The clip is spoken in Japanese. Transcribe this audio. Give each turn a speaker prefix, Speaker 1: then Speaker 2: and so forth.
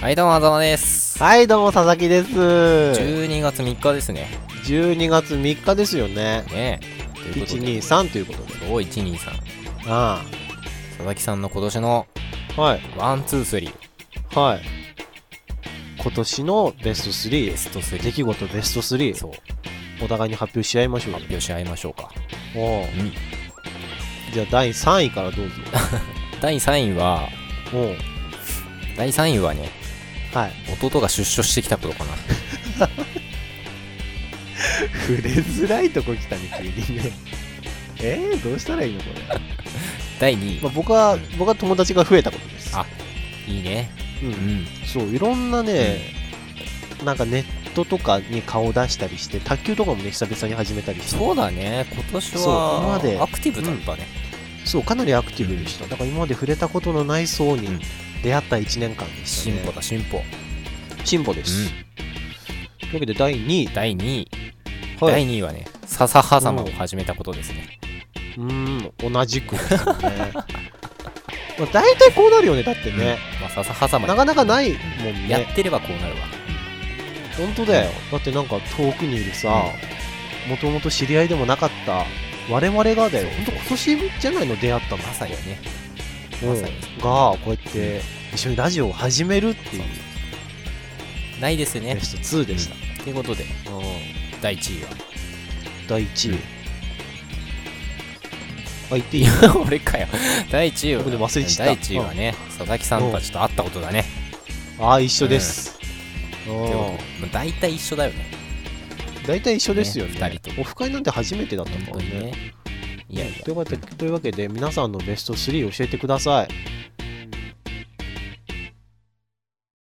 Speaker 1: はい、どうも、あざまです。
Speaker 2: はい、どうも、佐々木です。
Speaker 1: 12月3日ですね。
Speaker 2: 12月3日ですよね。
Speaker 1: ねえ。ということ
Speaker 2: 1、
Speaker 1: で
Speaker 2: 2、、3ということで。
Speaker 1: おい、1、2、3。
Speaker 2: あ
Speaker 1: 佐々木さんの今年の
Speaker 2: あ。はい、
Speaker 1: ワン、ツー、スリー、
Speaker 2: はい。今年のベスト
Speaker 1: ベ
Speaker 2: 3、
Speaker 1: スト3。
Speaker 2: 出来事ベスト3、
Speaker 1: そう、
Speaker 2: お互いに発表し合いましょうよ
Speaker 1: 発。表し合いましょうか。
Speaker 2: おうじゃあ、第3位からどうぞ。
Speaker 1: 第3位は、
Speaker 2: おう
Speaker 1: 第3位はね、
Speaker 2: はい。
Speaker 1: 弟が出所してきたことかな。
Speaker 2: 触れづらいとこ来たね、急にね。 えー、どうしたらいいのこれ。
Speaker 1: 第2位
Speaker 2: まあ、。僕は、僕は友達が増えたことです。
Speaker 1: あいいね。
Speaker 2: う。
Speaker 1: うんん。
Speaker 2: そういろんなね、なんかネットとかに顔出したりして卓球とかもね久々に始めたりして
Speaker 1: そうだね。今年
Speaker 2: そう今まで
Speaker 1: は、アクティブだったね。
Speaker 2: そうかなりアクティブでした、だから今まで触れたことのない層
Speaker 1: うん
Speaker 2: に出会った1年間でした、
Speaker 1: 進
Speaker 2: ね、
Speaker 1: 歩だ、進歩。うん。
Speaker 2: 進歩です、というわけで第2位、
Speaker 1: 第2位。
Speaker 2: は
Speaker 1: 第
Speaker 2: い、
Speaker 1: 2位はね、笹狭間を始めたことですね。
Speaker 2: うーん同じくですねま あ大体こうなるよねだってね、
Speaker 1: まあ、笹狭間
Speaker 2: なかなかないもん
Speaker 1: や
Speaker 2: ね
Speaker 1: ってればこうなるわ。
Speaker 2: 本当だよだってなんか遠くにいるさもともと知り合いでもなかった我々がだよ
Speaker 1: そう
Speaker 2: 本当今年じゃないの出会ったの
Speaker 1: まさにね。
Speaker 2: うん
Speaker 1: まさに
Speaker 2: がこうやって一緒にラジオを始めるっていう
Speaker 1: ないですね
Speaker 2: ベ。スト2でした、
Speaker 1: ということで、
Speaker 2: うん
Speaker 1: 第1位は。
Speaker 2: 第1位、あ言っていい
Speaker 1: 俺かよ。第1位は、
Speaker 2: 僕ね忘れてた
Speaker 1: 第1位はね、佐々木さんたちと会ったことだね。
Speaker 2: ああ一緒です、う
Speaker 1: とい
Speaker 2: ん
Speaker 1: うことでまあ大体一緒だよね。
Speaker 2: 大体一緒ですよね
Speaker 1: ね二人と
Speaker 2: オフ会なんて初めてだった
Speaker 1: 本
Speaker 2: も
Speaker 1: 当
Speaker 2: ん
Speaker 1: に
Speaker 2: ね
Speaker 1: ね。いやいや。
Speaker 2: というわけでというわけで皆さんのベスト3教えてください